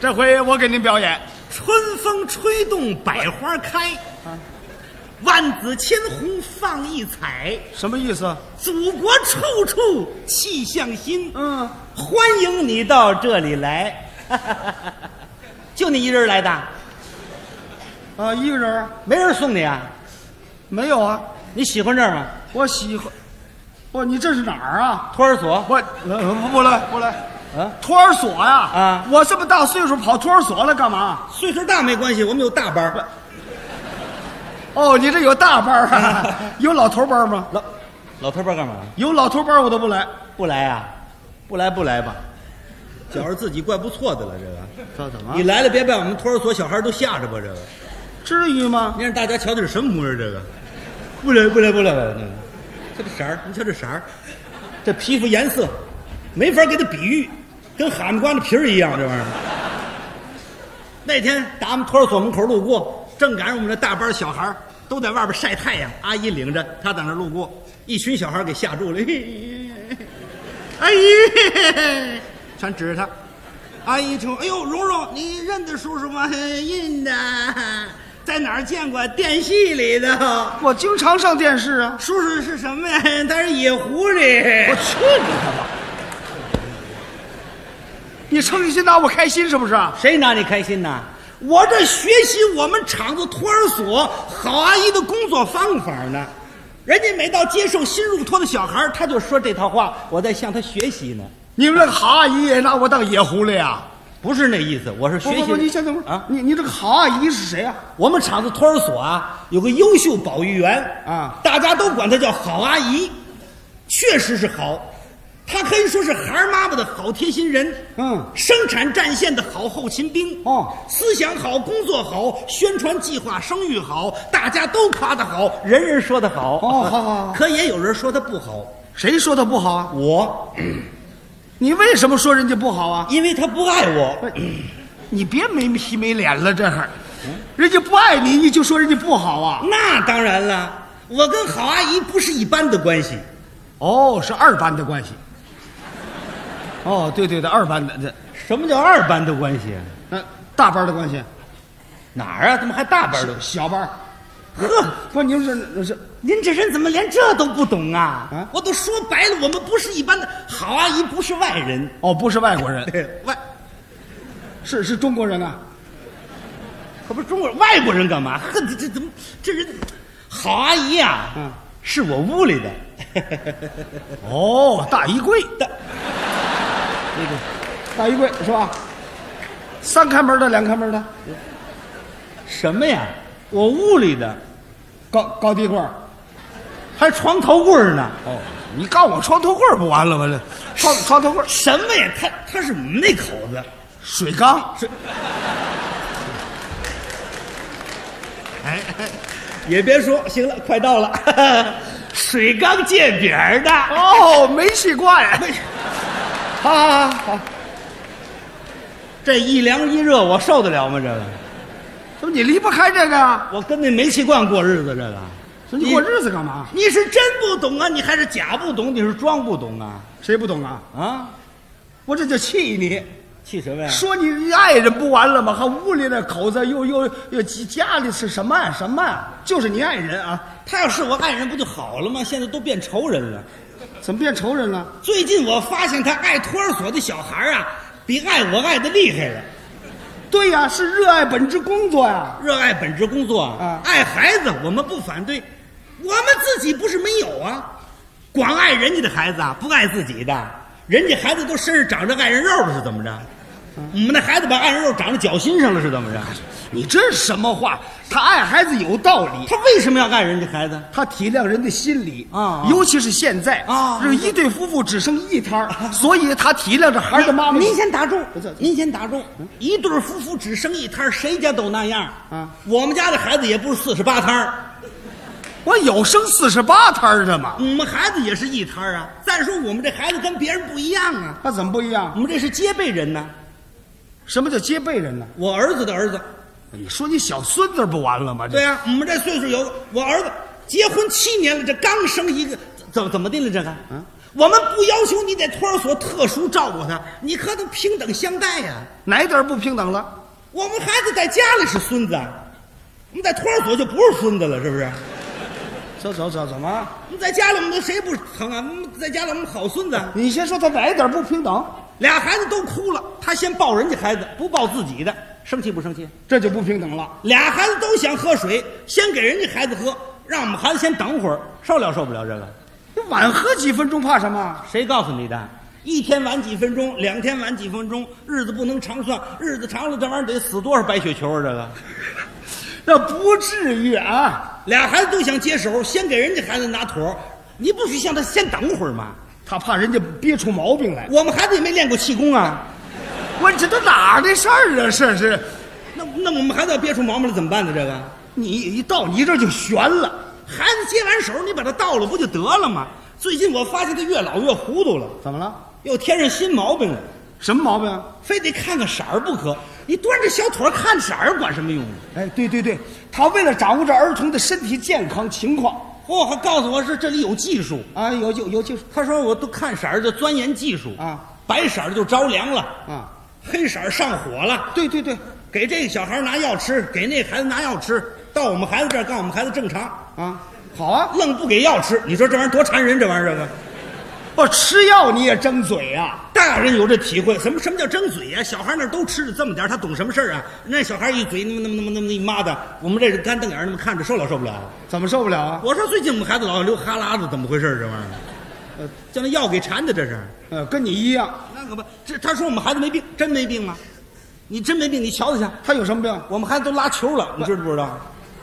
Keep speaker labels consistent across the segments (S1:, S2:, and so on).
S1: 这回我给您表演。
S2: 春风吹动百花开，万紫千红放异彩，
S1: 什么意思？
S2: 祖国处处气象新。
S1: 嗯，
S2: 欢迎你到这里来， 就你一人来的，
S1: 啊，一个人儿
S2: 没人送你啊？
S1: 没有啊？
S2: 你喜欢这儿吗？
S1: 我喜欢。不，你这是哪儿啊？
S2: 托儿所
S1: 我呃不不来不来，
S2: 啊，
S1: 托儿所呀！
S2: 啊
S1: 我这么大岁数跑托儿所来干嘛？
S2: 岁数大没关系，我们有大班儿。
S1: 哦，你这有大班儿 啊？有老头班儿吗？
S2: 老老头班干嘛？
S1: 有老头班儿我都不来。
S2: 不来啊？不来不来吧？ 觉着自己怪不错的了，这个啊
S1: 这怎
S2: 你来了别把我们托儿所小孩都吓着吧？这个
S1: 至于吗？
S2: 你让大家瞧瞧是什么模样？这个不来不来不来不来，这个色儿，你瞧这色儿，这皮肤颜色，没法给他比喻，跟哈密瓜的皮儿一样，这玩意儿。那天打我们托儿所门口路过，正赶上我们这大班小孩儿都在外边晒太阳，阿姨领着他在那儿路过，一群小孩儿给吓住了。嘿嘿嘿
S1: 哎
S2: 阿姨，全指着他。阿姨听，哎呦，蓉蓉，你认得叔叔吗？认得，在哪儿见过？电戏里头。
S1: 我经常上电视啊。
S2: 叔叔是什么呀？他是野狐狸。
S1: 去你的吧！你成心拿我开心是不啊是？
S2: 谁拿你开心呐？我这学习我们厂子托儿所郝阿姨的工作方法呢。人家每到接受新入托的小孩儿，他就说这套话，我在向他学习呢。
S1: 你们这个郝阿姨也拿我当野狐狸啊？
S2: 不是那意思，我是学
S1: 不
S2: 习。
S1: 不不，你先等会儿
S2: 啊！
S1: 你你这个郝阿姨是谁啊？
S2: 我们厂子托儿所啊，有个优秀保育员
S1: 啊
S2: 大家都管她叫郝阿姨，确实是好，她可以说是孩儿妈妈的好贴心人，
S1: 嗯
S2: 生产战线的好后勤兵
S1: 哦
S2: 思想好，工作好，宣传计划生育好，大家都夸她好，人人说她好，
S1: 哦好好好
S2: 可也有人说她不好，
S1: 谁说她不好啊？
S2: 我
S1: 你为什么说人家不好啊？
S2: 因为她不爱我，
S1: 哎你别没皮没脸了，这还，人家不爱你，你就说人家不好啊？
S2: 那当然了，我跟郝阿姨不是一般的关系。
S1: 哦，是二班的关系。哦，对对对，二班的这，
S2: 什么叫二班的关系？啊
S1: 呃，大班的关系，
S2: 哪儿啊？怎么还大班的？
S1: 小班儿，
S2: 呵，
S1: 不是，您是是
S2: 您这人怎么连这都不懂啊？
S1: 啊
S2: 我都说白了，我们不是一般的好阿姨，不是外人。
S1: 哦，不是外国人，
S2: 对，外，
S1: 是是中国人啊。
S2: 可不是中国人，外国人干嘛？呵，这这怎么这人？好阿姨啊，
S1: 嗯
S2: 是我屋里的。
S1: 哦，大衣柜，
S2: 大那个
S1: 大衣柜是吧？三开门的，两开门的，
S2: 什么呀？我屋里的，
S1: 高高低柜儿。
S2: 还床头柜儿呢。
S1: 哦，你告我床头柜儿不完了吗？这床床头柜儿
S2: 什么呀？他他是我们那口子。
S1: 水缸，
S2: 也别说，行了，快到了， 水缸借饼儿的。
S1: 哦，煤气罐。 好好好好，
S2: 这一凉一热，我受得了吗？这个，
S1: 怎么你离不开这个呀？
S2: 我跟那煤气罐过日子，这个，
S1: 说你过日子干嘛？
S2: 你是真不懂啊，你还是假不懂，你是装不懂啊？
S1: 谁不懂啊？
S2: 啊，
S1: 我这就气你，
S2: 气什么呀？
S1: 说你爱人不完了吗？还屋里那口子又又又家里是什么呀、什么呀、就是你爱人啊，
S2: 他要是我爱人不就好了吗？现在都变仇人了。
S1: 怎么变仇人了？
S2: 最近我发现他爱托儿所的小孩啊，比爱我爱的厉害了。
S1: 对呀、是热爱本职工作呀、
S2: 热爱本职工作
S1: 啊
S2: 爱孩子我们不反对，我们自己不是没有啊，光爱人家的孩子啊，不爱自己的，人家孩子都身上长着爱人肉了，是怎么着？
S1: 啊
S2: 我们那孩子把爱人肉长到脚心上了，是怎么着？
S1: 你这是什么话？他爱孩子有道理，
S2: 他为什么要爱人家孩子？
S1: 他体谅人的心理
S2: 啊
S1: 尤其是现在
S2: 啊
S1: 这一对夫妇只剩一摊 儿，所以他体谅着孩儿的妈妈。
S2: 您先打住
S1: 不嗯是，
S2: 您先打住。一对夫妇只生一摊儿谁家都那样
S1: 啊。
S2: 我们家的孩子也不是四十八摊儿
S1: 我有生四十八摊儿的 嘛，
S2: 我们孩子也是一摊儿啊。再说我们这孩子跟别人不一样啊，
S1: 那怎么不一样
S2: 我？们这是接辈人呢、
S1: 什么叫接辈人呢？
S2: 我儿子的儿子。
S1: 你说你小孙子不完了吗？这
S2: 对啊呀、我们这岁数有我儿子结婚七年了，这刚生一个，怎怎么的了？这个，嗯，我们不要求你在托儿所特殊照顾他，你和他平等相待呀、
S1: 哪点儿不平等了？
S2: 我们孩子在家里是孙子，啊我们在托儿所就不是孙子了，是不是？
S1: 这这这怎么？
S2: 我们在家里我们都谁不疼啊？我们在家里我们好孙子，啊
S1: 你先说他哪点儿不平等，
S2: 俩孩子都哭了，他先抱人家孩子，不抱自己的，生气不生气？
S1: 这就不平等了。
S2: 俩孩子都想喝水，先给人家孩子喝，让我们孩子先等会儿，受了受不了这个？
S1: 晚喝几分钟怕什么？
S2: 谁告诉你的？一天晚几分钟，两天晚几分钟，日子不能长算，日子长了这玩意儿得死多少白血球啊！这个，
S1: 这不至于啊！
S2: 俩孩子都想接手，先给人家孩子拿妥儿，你不许向他先等会儿吗？
S1: 他怕人家憋出毛病来。
S2: 我们孩子也没练过气功啊，
S1: 我这都哪儿的事儿啊？这是，
S2: 那那我们孩子要憋出毛病来怎么办呢？这个
S1: 你一到你这儿就悬了。
S2: 孩子接完手，你把他倒了不就得了吗？最近我发现他越老越糊涂了，
S1: 怎么了？
S2: 又添上新毛病了，
S1: 什么毛病啊？
S2: 非得看看色儿不可。你端着小腿儿看色儿管什么用啊？
S1: 哎，对对对，他为了掌握这儿童的身体健康情况
S2: 嚯、还告诉我是这里有技术。
S1: 啊，有有有就是
S2: 他说我都看色儿叫钻研技术
S1: 啊，
S2: 白色儿就着凉了
S1: 啊，
S2: 黑色儿上火了，
S1: 对对对，
S2: 给这个小孩儿拿药吃，给那孩子拿药吃，到我们孩子这儿告诉我们孩子正常，
S1: 啊，好啊，
S2: 愣不给药吃，你说这玩意儿多馋人，这玩意儿这个。
S1: 哦，吃药你也争嘴啊？
S2: 大人有这体会，什么什么叫争嘴呀、小孩那儿都吃着这么点儿他懂什么事儿啊？那小孩一嘴那么那么那么那么一抹的，我们这干瞪眼儿那么看着，受了受不了。
S1: 怎么受不了啊？
S2: 我说最近我们孩子老流哈喇子，怎么回事儿？啊这玩意儿，呃，叫那药给馋的，这是。
S1: 呃，跟你一样，
S2: 那可不，这他说我们孩子没病，真没病吗？你真没病，你瞧瞧去，
S1: 他有什么病？
S2: 我们孩子都拉球了，你知不知道？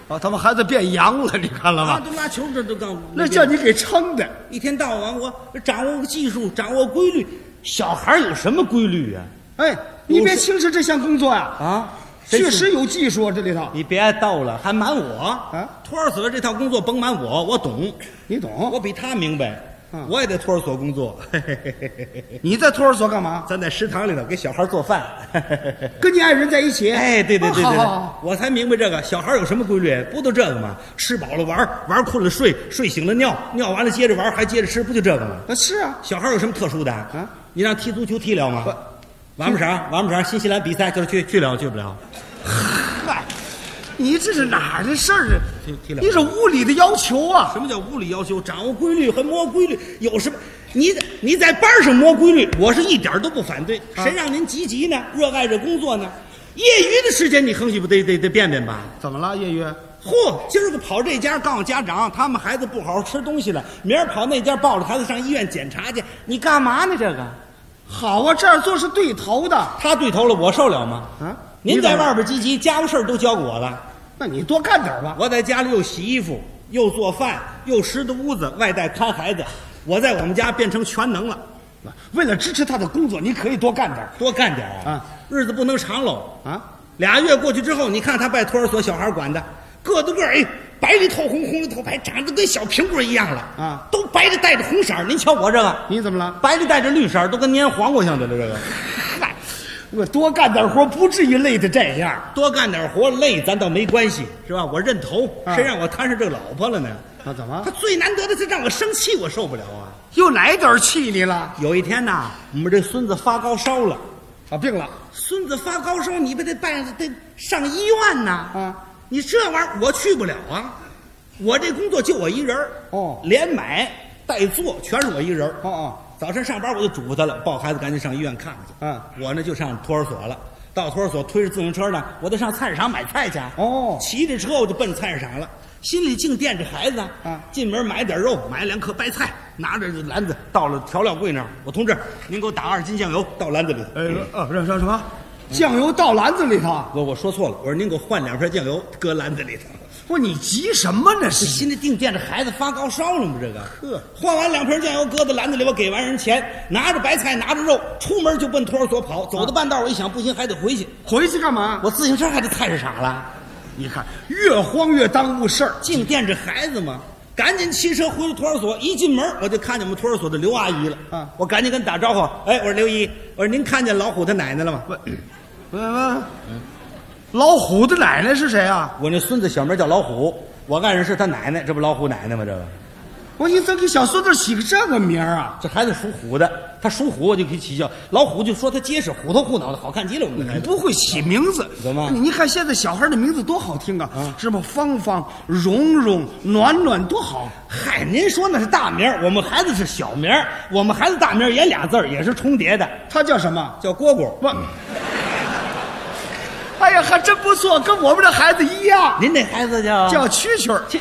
S1: 啊，他们孩子变阳了，你看了
S2: 啊，？都拉球，这都刚
S1: 那叫你给撑的。
S2: 一天到晚我掌握技术，掌握规律，小孩有什么规律呀、
S1: 哎，你别轻视这项工作呀、
S2: 啊？啊，
S1: 确实有技术啊，这里头
S2: 你别逗了，还瞒我
S1: 啊？
S2: 托儿所这套工作甭瞒我，我懂，
S1: 你懂。
S2: 我比他明白。
S1: 嗯
S2: 我也在托儿所工 作，嘿嘿嘿嘿嘿嘿
S1: 你在托儿所干嘛？
S2: 咱在食堂里头给小孩 做饭。嘿嘿嘿嘿
S1: 跟你爱人在一起？
S2: 哎，对对对对
S1: 哦
S2: 对
S1: 好好好，
S2: 我才明白这个小孩有什么规律，不都这个吗？吃饱了玩儿，玩儿困了睡，睡醒了尿，尿完了接着玩儿，还接着吃，不就这个吗？
S1: 啊是啊，
S2: 小孩有什么特殊的啊？你让踢足球踢了吗？完不成，完不成，新西兰比赛就是去去了去不了，
S1: 嗨，你这是哪儿的事儿啊
S2: 听？听了
S1: 你是无理的要求啊！
S2: 什么叫无理要求？掌握规律和摸规律有什么？你在你在班上摸规律，我是一点儿都不反对。
S1: 啊
S2: 谁让您积极呢？热爱这工作呢？业余的时间你横许不得得得变变吧？
S1: 怎么了，叶月？
S2: 嚯，今儿个跑这家告诉家长，他们孩子不好好吃东西了；明儿跑那家抱着孩子上医院检查去，你干嘛呢？这个
S1: 好啊，这样做是对头的
S2: 他对头了，我受了吗？
S1: 啊。
S2: 您在
S1: 你怎么
S2: 外，边积极，家务事儿都交给我了，
S1: 那你多干点儿吧。
S2: 我在家里又洗衣服，又做饭，又拾掇屋子，外带看孩子，我在我们家变成全能了，
S1: 为了支持他的工作，你可以多干点儿
S2: 多干点儿
S1: 啊
S2: 日子不能长喽。
S1: 啊。
S2: 俩月过去之后，你看他拜托儿所小孩管的，个子个儿哎，白里透红，红里透白，长得跟小苹果一样了
S1: 啊，
S2: 都白的带着红色儿。您瞧我这个，
S1: 你怎么了？
S2: 白的带着绿色儿，都跟蔫黄瓜像的了。这个
S1: 嗨，我多干点活，不至于累得这样。
S2: 多干点活累，咱倒没关系，是吧？我认头，
S1: 啊
S2: 谁让我摊上这个老婆了呢？
S1: 那怎么
S2: 他？最难得的是让我生气，我受不了啊！
S1: 又哪点儿气你了？
S2: 有一天呐，我们这孙子发高烧了，
S1: 啊，病了。
S2: 孙子发高烧，你不得办得上医院呐？
S1: 啊，
S2: 你这玩意儿我去不了啊，我这工作就我一人儿
S1: 哦
S2: 连买带做全是我一人儿
S1: 哦哦，
S2: 早晨上班我就嘱咐他了，抱孩子赶紧上医院看看去。
S1: 嗯，
S2: 我呢就上托儿所了。到托儿所推着自行车呢，我得上菜市场买菜去。
S1: 哦
S2: 骑着车我就奔菜市场了，心里净惦着孩子。
S1: 啊
S2: 进门买点肉，买两颗白菜，拿着这篮子到了调料柜那儿，我同志，您给我打二斤酱油到篮子里。
S1: 呃呃，什什么？酱油倒篮子里头？
S2: 我我说错了，我说您给我换两瓶酱油搁篮子里头。
S1: 不是你急什么呢？
S2: 这
S1: 是
S2: 心里净惦着孩子发高烧了吗？这个，呵，换完两瓶酱油搁在篮子里，我给完人钱，拿着白菜，拿着肉，出门就奔托儿所跑。走到半道，我一想，不行，还得回去。
S1: 回去干嘛？
S2: 我自行车还得菜市场了，
S1: 你看，越慌越耽误事儿。
S2: 净惦着孩子嘛。赶紧骑车回托儿所，一进门我就看见我们托儿所的刘阿姨了。
S1: 啊
S2: 我赶紧跟她打招呼，哎，我说刘姨，我说您看见老虎他奶奶了吗？
S1: 问问，老虎的奶奶是谁啊？
S2: 我那孙子小名叫老虎，我爱人是他奶奶，这不老虎奶奶吗？这个，
S1: 我说你这给小孙子起个这个名儿啊？
S2: 这孩子属虎的，他属虎我就可以起叫老虎，就说他结实，虎头虎脑的，好看极了。我们这
S1: 你
S2: 孩子
S1: 不会起名字，
S2: 怎么
S1: 你你看现在小孩的名字多好听啊，什么芳芳、蓉蓉、暖暖，多好。
S2: 嗨，您说那是大名儿，我们孩子是小名儿，我们孩子大名儿也俩字儿，也是重叠的，
S1: 他叫什么？
S2: 叫蝈蝈。
S1: 不，哎呀，还真不错，跟我们的孩子一样，
S2: 您那孩子叫
S1: 叫蛐蛐儿
S2: 蛐，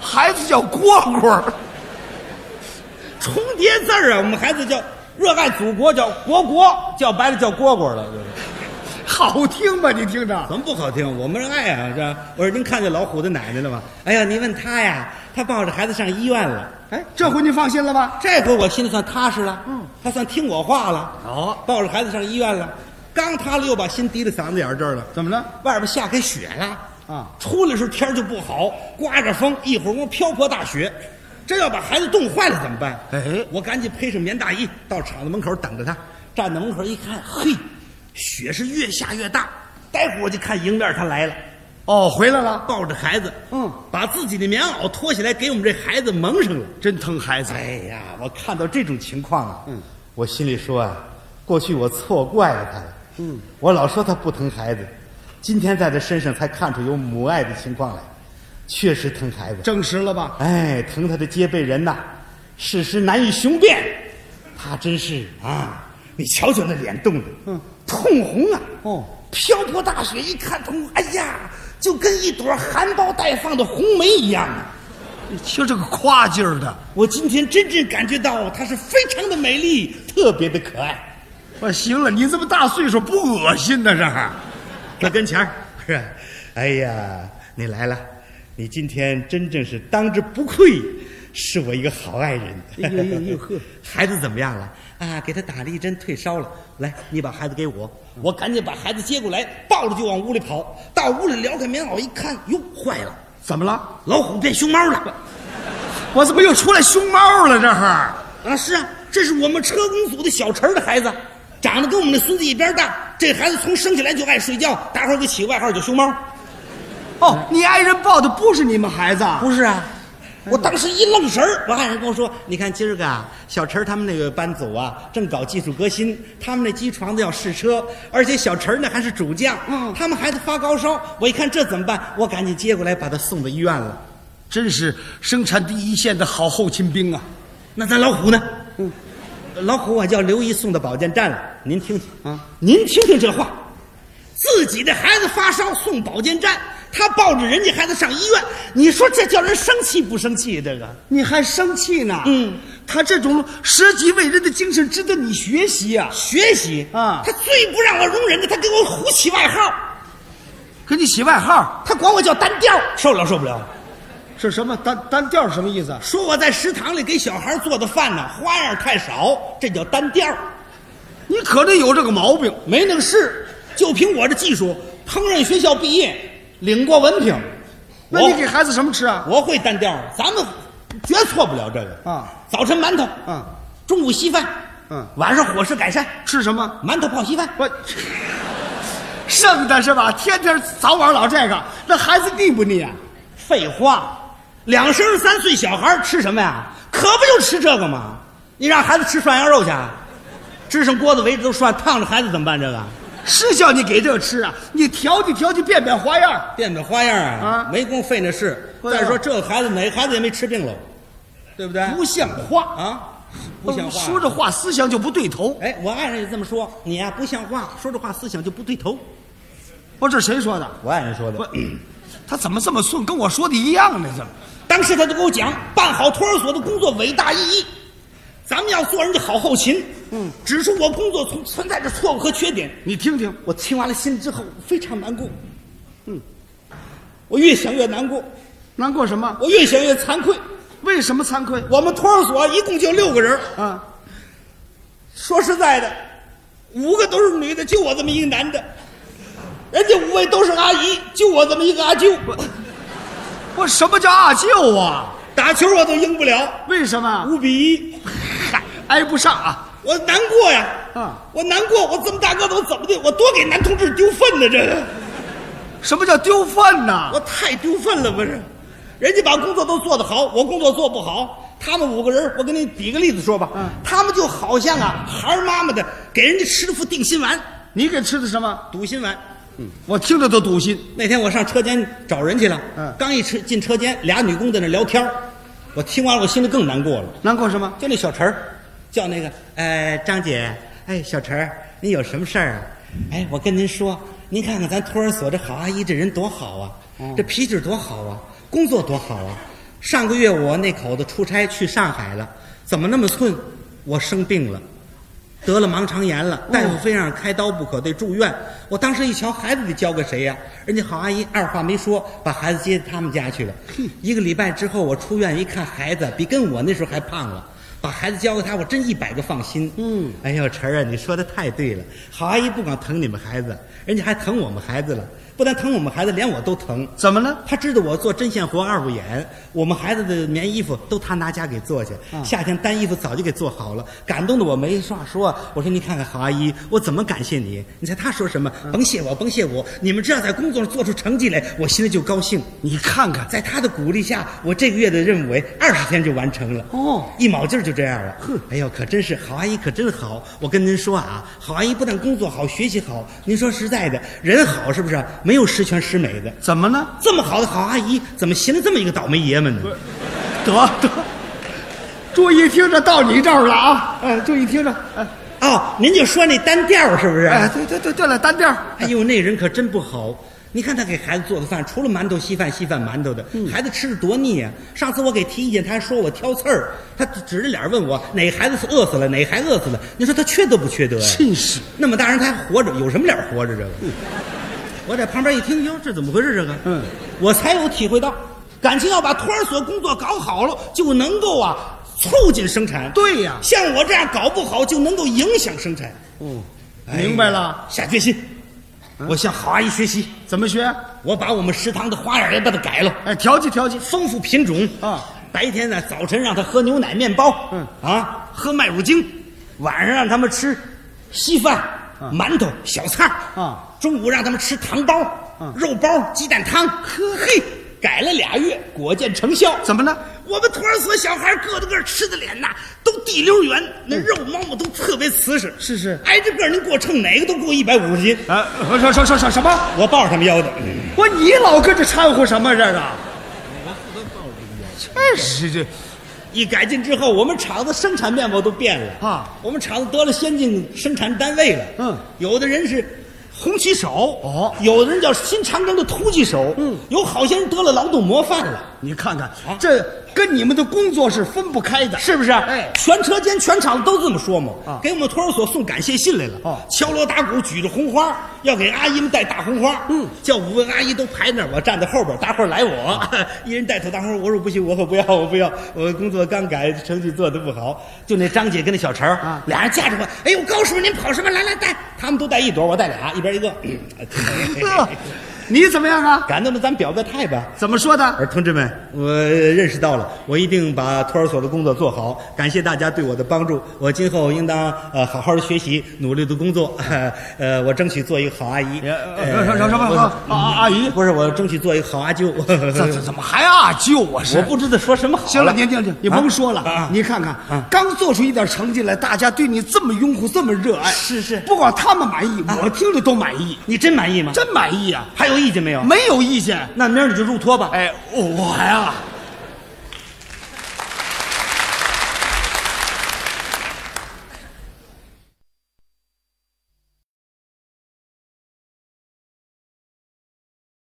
S1: 孩子叫蝈蝈儿，
S2: 重叠字儿啊，我们孩子叫热爱祖国，叫国国，叫白了叫蝈蝈了，就是
S1: 好听吧？你听着，
S2: 怎么不好听？我们爱啊，这我说您看见老虎的奶奶了吗？哎呀，您问他呀，他抱着孩子上医院了。
S1: 哎，这回您放心了吧？
S2: 这回我心里算踏实了，嗯，他算听我话了，
S1: 哦
S2: 抱着孩子上医院了，刚塌了又把心提到嗓子眼儿这儿了，
S1: 怎么了？
S2: 外边下开雪了，
S1: 啊
S2: 出来时候天儿就不好，刮着风，一会儿光瓢泼大雪，真要把孩子冻坏了怎么办？
S1: 哎
S2: 我赶紧披上棉大衣到厂子门口等着他，站在门口一看，嘿，雪是越下越大，待会儿我就看迎面他来了。
S1: 哦，回来了，
S2: 抱着孩子，
S1: 嗯，
S2: 把自己的棉袄脱下来给我们这孩子蒙上了。
S1: 真疼孩子。
S2: 哎呀，我看到这种情况啊，嗯，我心里说啊，过去我错怪了他了，嗯，我老说他不疼孩子，今天在他身上才看出有母爱的情况来，确实疼孩子，
S1: 证实了吧？
S2: 哎，疼他的皆被人呐，世事难以雄辩，他真是啊，你瞧瞧那脸冻的，嗯，通红啊，
S1: 哦，
S2: 瓢泼大雪一看通，哎呀，就跟一朵含苞待放的红梅一样啊。
S1: 你听这个夸劲儿的，
S2: 我今天真正感觉到她是非常的美丽，特别的可爱。
S1: 我行了，你这么大岁数不恶心呢？这还
S2: 那跟前儿是， 哎呀，你来了，你今天真正是当之无愧，是我一个好爱人。
S1: 哎呦呦呦呵，
S2: 孩子怎么样了？啊，给他打了一针退烧了。来，你把孩子给我，
S1: 嗯
S2: 我赶紧把孩子接过来，抱着就往屋里跑。到屋里撩开棉袄一看，哟，坏了，
S1: 怎么了？
S2: 老虎变熊猫了。
S1: 我怎么又出来熊猫了？这还
S2: 啊，是啊，这是我们车工组的小陈儿的孩子，长得跟我们的孙子一边大。这孩子从生下来就爱睡觉，大伙儿给起外号叫熊猫。
S1: 哦，你爱人抱的不是你们孩子啊？
S2: 不是啊， 我当时一愣神儿，我爱人跟我说：“你看今儿个啊，小陈儿他们那个班组啊，正搞技术革新，他们那机床子要试车，而且小陈儿呢还是主将，
S1: 嗯
S2: 他们孩子发高烧，我一看这怎么办？我赶紧接过来把他送到医院了。
S1: 真是生产第一线的好后勤兵啊！
S2: 那咱老虎呢？嗯，老虎我叫刘姨送到保健站了，您听听啊，您听听这话，自己的孩子发烧送保健站，他抱着人家孩子上医院，你说这叫人生气不生气？啊这个
S1: 你还生气呢？
S2: 嗯，
S1: 他这种舍己为人的精神值得你学习呀、
S2: 学习
S1: 啊
S2: 他最不让我容忍的，他给我胡起外号，
S1: 给你起外号
S2: 他管我叫单调，受不了受不了，
S1: 是什么单单调是什么意思啊？
S2: 说我在食堂里给小孩做的饭呢花样太少，这叫单调。
S1: 你可能有这个毛病。
S2: 没那个事，就凭我这技术，烹饪学校毕业，领过文凭。
S1: 那你给孩子什么吃啊？
S2: 我我会单调，咱们绝错不了这个
S1: 啊。
S2: 早晨馒头，
S1: 嗯，
S2: 中午稀饭，
S1: 嗯
S2: 晚上伙食改善，
S1: 吃什么？
S2: 馒头泡稀饭。
S1: 我剩的是吧？天天早晚老这个，那孩子腻不腻啊？
S2: 废话，两生三岁小孩吃什么呀？可不就吃这个吗？你让孩子吃涮羊肉去啊，支上锅子围着都涮，烫着孩子怎么办？这个
S1: 是叫你给这吃啊？你调剂调剂，变变花样。
S2: 变变花样
S1: 啊
S2: 没工夫费那事。
S1: 对啊
S2: 再说这个孩子哪个孩子也没吃病喽，对不对？
S1: 不像话！
S2: 啊，不像话。
S1: 说这话思想就不对头。
S2: 哎，我爱人也这么说，你呀、不像话，说这话思想就不对头。
S1: 我这谁说的？
S2: 我爱人说的
S1: 我他怎么这么顺？跟我说的一样呢？怎么？
S2: 当时他就跟我讲，办好托儿所的工作伟大意义，咱们要做人家好后勤，嗯，指出我工作存存在着错误和缺点。
S1: 你听听，
S2: 我听完了心之后非常难过，嗯，我越想越难过，
S1: 难过什么？
S2: 我越想越惭愧。
S1: 为什么惭愧？
S2: 我们托儿所一共就六个人，
S1: 啊，
S2: 说实在的，五个都是女的，就我这么一个男的，人家五位都是阿姨，就我这么一个阿舅。
S1: 我什么叫阿舅啊？
S2: 打球我都赢不了，
S1: 为什么？
S2: 五比一，
S1: 嗨，挨不上啊！
S2: 我难过呀！
S1: 啊，
S2: 我难过，我这么大个子，我怎么的？我多给男同志丢份呢？这个
S1: 什么叫丢饭呐？
S2: 我太丢份了，不是？人家把工作都做得好，我工作做不好。他们五个人，我给你比个例子说吧，
S1: 嗯
S2: 他们就好像啊，孩儿妈妈的给人家吃了副定心丸，
S1: 你给吃的什么？
S2: 堵心丸。
S1: 我听着都堵心。
S2: 那天我上车间找人去了，
S1: 嗯
S2: 刚一车进车间，俩女工在那聊天儿我听完了，我心里更难过了。
S1: 难过什么？
S2: 啊就那小陈儿，叫那个呃张姐，哎小陈儿，您有什么事儿啊？哎，我跟您说，您看看咱托儿所这郝阿姨这人多好啊，这脾气儿多好啊，工作多好啊。上个月我那口子出差去上海了，怎么那么寸？我生病了。得了盲肠炎了，大夫非让开刀不可，得住院。我当时一瞧，孩子得交给谁呀、人家郝阿姨二话没说，把孩子接他们家去了。一个礼拜之后，我出院一看，孩子比跟我那时候还胖了。把孩子交给他，我真一百个放心。嗯，哎呦，晨儿啊，你说的太对了。郝阿姨不光疼你们孩子，人家还疼我们孩子了。不但疼我们孩子，连我都疼。
S1: 怎么了？
S2: 他知道我做针线活二五眼，我们孩子的棉衣服都他拿家给做去，夏天单衣服早就给做好了，感动的我没话说。我说你看看郝阿姨，我怎么感谢你？你猜他说什么？甭谢我，甭谢我，你们只要在工作上做出成绩来，我心里就高兴。
S1: 你看看，
S2: 在他的鼓励下，我这个月的任务为二十天就完成了。
S1: 哦
S2: 一卯劲儿就这样了。哼，哎呦，可真是郝阿姨可真好。我跟您说啊，郝阿姨不但工作好，学习好，您说实在的，人好是不是？没有十全十美的。
S1: 怎么了？
S2: 这么好的好阿姨，怎么行了这么一个倒霉爷们呢？
S1: 得得，注意听着，到你这儿了啊！哎，注意听着，哎
S2: 哦，您就说那单调是不是？
S1: 哎，对对对对了，单调儿，
S2: 哎呦，那人可真不好。你看他给孩子做的饭，除了馒头稀饭稀饭馒头的，
S1: 嗯
S2: 孩子吃的多腻呀、上次我给提意见，他还说我挑刺儿，他指着脸儿问我哪个孩子是饿死了，哪个还饿死了。你说他缺德不缺德呀、
S1: 真是
S2: 那么大人他还活着，有什么脸活着？这个，我在旁边一听，哟，这怎么回事？这个，
S1: 嗯，
S2: 我才有体会到，感情要把托儿所工作搞好了，就能够啊促进生产。
S1: 对呀
S2: 像我这样搞不好，就能够影响生产。
S1: 嗯，
S2: 哎呀
S1: 明白了，
S2: 下决心，
S1: 嗯
S2: 我向郝阿姨学习，
S1: 怎么学？
S2: 我把我们食堂的花样也把它改了，
S1: 哎，调剂调剂。
S2: 丰富品种
S1: 啊。
S2: 白天呢，早晨让他喝牛奶、面包，
S1: 嗯
S2: 啊，喝麦乳精；晚上让他们吃稀饭、馒头、小菜儿
S1: 嗯啊。
S2: 中午让他们吃糖包、
S1: 嗯
S2: 肉包、鸡蛋汤。呵嘿，改了俩月，果见成效。
S1: 怎么呢？
S2: 我们托儿所小孩个子个儿吃的脸呐，都地溜圆，那肉毛毛都特别瓷实。
S1: 嗯是是
S2: 挨着个儿您给我称哪个都过一百五十斤。
S1: 啊，我说说说说什么？
S2: 我抱着他们腰的。
S1: 我你老跟着掺和什么这个？确实这
S2: 一改进之后，我们厂子生产面貌都变了
S1: 啊！
S2: 我们厂子得了先进生产单位了。
S1: 嗯，
S2: 有的人是红旗手，
S1: 哦
S2: 有的人叫新长征的突击手，
S1: 嗯，
S2: 有好些人得了劳动模范了，
S1: 你看看
S2: 啊，
S1: 这跟你们的工作是分不开的。
S2: 是不是？
S1: 哎
S2: 全车间全厂子都这么说嘛。
S1: 啊
S2: 给我们托儿所送感谢信来了。
S1: 哦
S2: 敲锣打鼓，举着红花，要给阿姨们带大红花。
S1: 嗯，
S2: 叫五个阿姨都排那儿，我站在后边，大伙儿来我，
S1: 啊
S2: 一人带头大花。我说不行，我可不要，我不要，我工作刚改，成绩做的不好。就那张姐跟那小陈儿
S1: 啊
S2: 俩人架着我，哎呦，高师傅您跑什么？来来带，他们都带一朵，我带俩，一边一个。
S1: 呵，你怎么样啊？
S2: 感动的咱表个态吧。
S1: 怎么说的？
S2: 而同志们，我认识到了，我一定把托儿所的工作做好。感谢大家对我的帮助，我今后应当呃好好的学习，努力的工作。 呃，我争取做一个好阿姨。
S1: 呃什么什么
S2: 不是
S1: 啊啊阿姨，
S2: 不是，我争取做一个好阿舅。
S1: 怎怎怎么还啊舅啊？
S2: 我
S1: 是。
S2: 不知道说什么好。
S1: 行了，您听听，你甭说了，
S2: 啊啊
S1: 你看看、
S2: 啊
S1: 刚做出一点成绩来，大家对你这么拥护，这么热爱，
S2: 是是啊
S1: 不光他们满意，我听着都满意，
S2: 你真满意吗？
S1: 真满意啊，
S2: 还有意见没有？
S1: 没有意见。
S2: 那明儿你就入托吧。
S1: 哎，我呀，